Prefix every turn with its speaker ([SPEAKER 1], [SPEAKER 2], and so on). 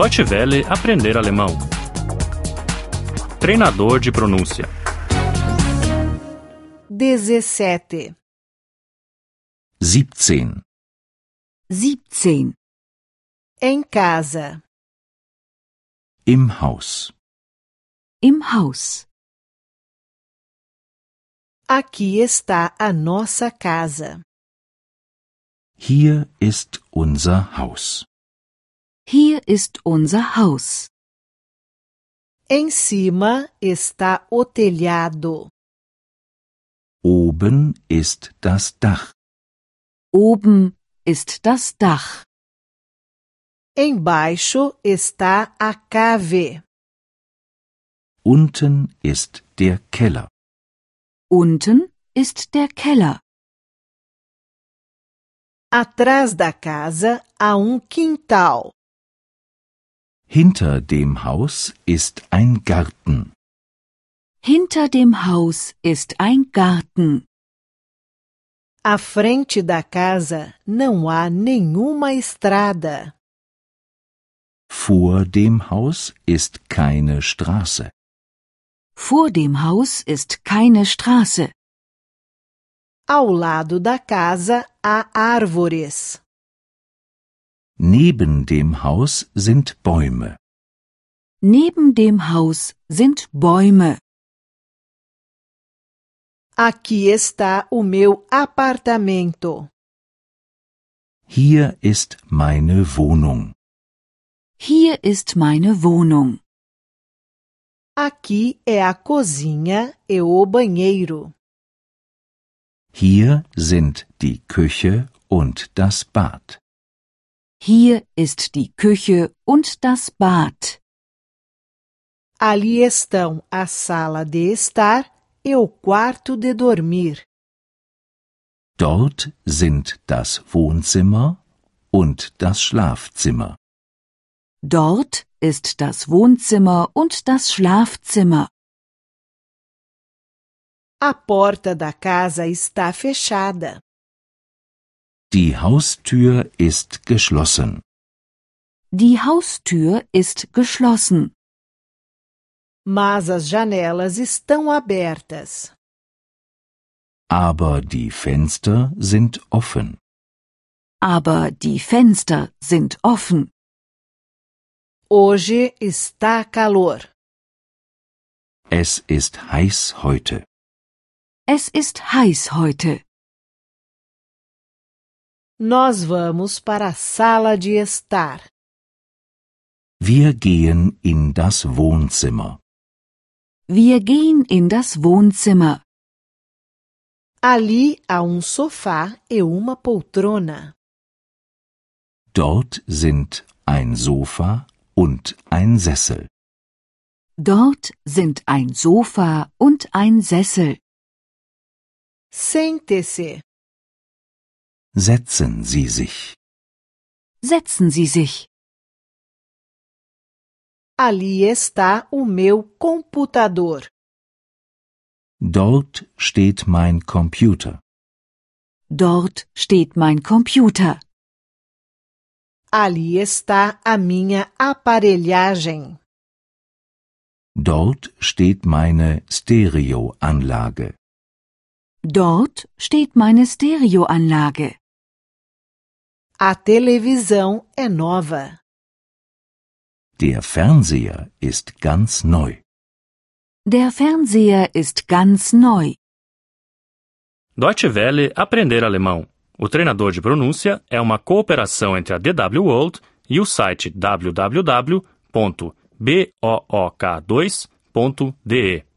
[SPEAKER 1] Deutsche Welle aprender alemão. Treinador de pronúncia.
[SPEAKER 2] 17.
[SPEAKER 3] 17.
[SPEAKER 4] 17.
[SPEAKER 2] Em casa.
[SPEAKER 3] Im Haus.
[SPEAKER 4] Im Haus.
[SPEAKER 2] Aqui está a nossa casa.
[SPEAKER 3] Hier ist unser Haus.
[SPEAKER 4] Hier ist unser Haus.
[SPEAKER 2] Em cima está o telhado.
[SPEAKER 3] Oben ist das Dach.
[SPEAKER 4] Oben ist das Dach.
[SPEAKER 2] Embaixo está a cave.
[SPEAKER 3] Unten ist der Keller.
[SPEAKER 4] Unten ist der Keller.
[SPEAKER 2] Atrás da casa há um quintal.
[SPEAKER 3] Hinter dem Haus ist ein Garten.
[SPEAKER 4] Hinter dem Haus ist ein Garten.
[SPEAKER 2] À frente da casa não há nenhuma estrada.
[SPEAKER 3] Vor dem Haus ist keine Straße.
[SPEAKER 4] Vor dem Haus ist keine Straße.
[SPEAKER 2] Ao lado da casa há árvores.
[SPEAKER 3] Neben dem Haus sind Bäume.
[SPEAKER 4] Neben dem Haus sind Bäume.
[SPEAKER 2] Aqui está o meu apartamento.
[SPEAKER 3] Hier ist meine Wohnung.
[SPEAKER 4] Hier ist meine Wohnung.
[SPEAKER 2] Aqui é a cozinha e o banheiro.
[SPEAKER 3] Hier sind die Küche und das Bad.
[SPEAKER 4] Hier ist die Küche und das Bad.
[SPEAKER 2] Ali estão a sala de estar e o quarto de dormir.
[SPEAKER 3] Dort sind das Wohnzimmer und das Schlafzimmer.
[SPEAKER 4] Dort ist das Wohnzimmer und das Schlafzimmer.
[SPEAKER 2] A porta da casa está fechada.
[SPEAKER 3] Die Haustür ist geschlossen.
[SPEAKER 4] Die Haustür ist geschlossen,
[SPEAKER 2] mas as janelas estão abertas.
[SPEAKER 3] Aber die Fenster sind offen.
[SPEAKER 4] aber die Fenster sind offen.
[SPEAKER 2] Hoje está calor.
[SPEAKER 3] Es ist heiß heute.
[SPEAKER 4] Es ist heiß heute.
[SPEAKER 2] Nós vamos para a sala de estar.
[SPEAKER 3] Wir gehen in das Wohnzimmer.
[SPEAKER 4] Wir gehen in das Wohnzimmer.
[SPEAKER 2] Ali há um sofá e uma poltrona.
[SPEAKER 3] Dort sind ein Sofa und ein Sessel.
[SPEAKER 4] Dort sind ein Sofa und ein Sessel.
[SPEAKER 2] Sente-se.
[SPEAKER 3] Setzen Sie sich.
[SPEAKER 4] Setzen Sie sich.
[SPEAKER 2] Ali está o meu computador.
[SPEAKER 3] Dort steht mein Computer.
[SPEAKER 4] Dort steht mein Computer.
[SPEAKER 2] Ali está a minha aparelhagem.
[SPEAKER 3] Dort steht meine Stereoanlage.
[SPEAKER 4] Dort steht meine Stereoanlage.
[SPEAKER 2] A televisão é nova.
[SPEAKER 3] Der Fernseher ist ganz neu.
[SPEAKER 4] Der Fernseher ist ganz neu.
[SPEAKER 1] Deutsche Welle aprender alemão. O treinador de pronúncia é uma cooperação entre a DW World e o site www.book2.de.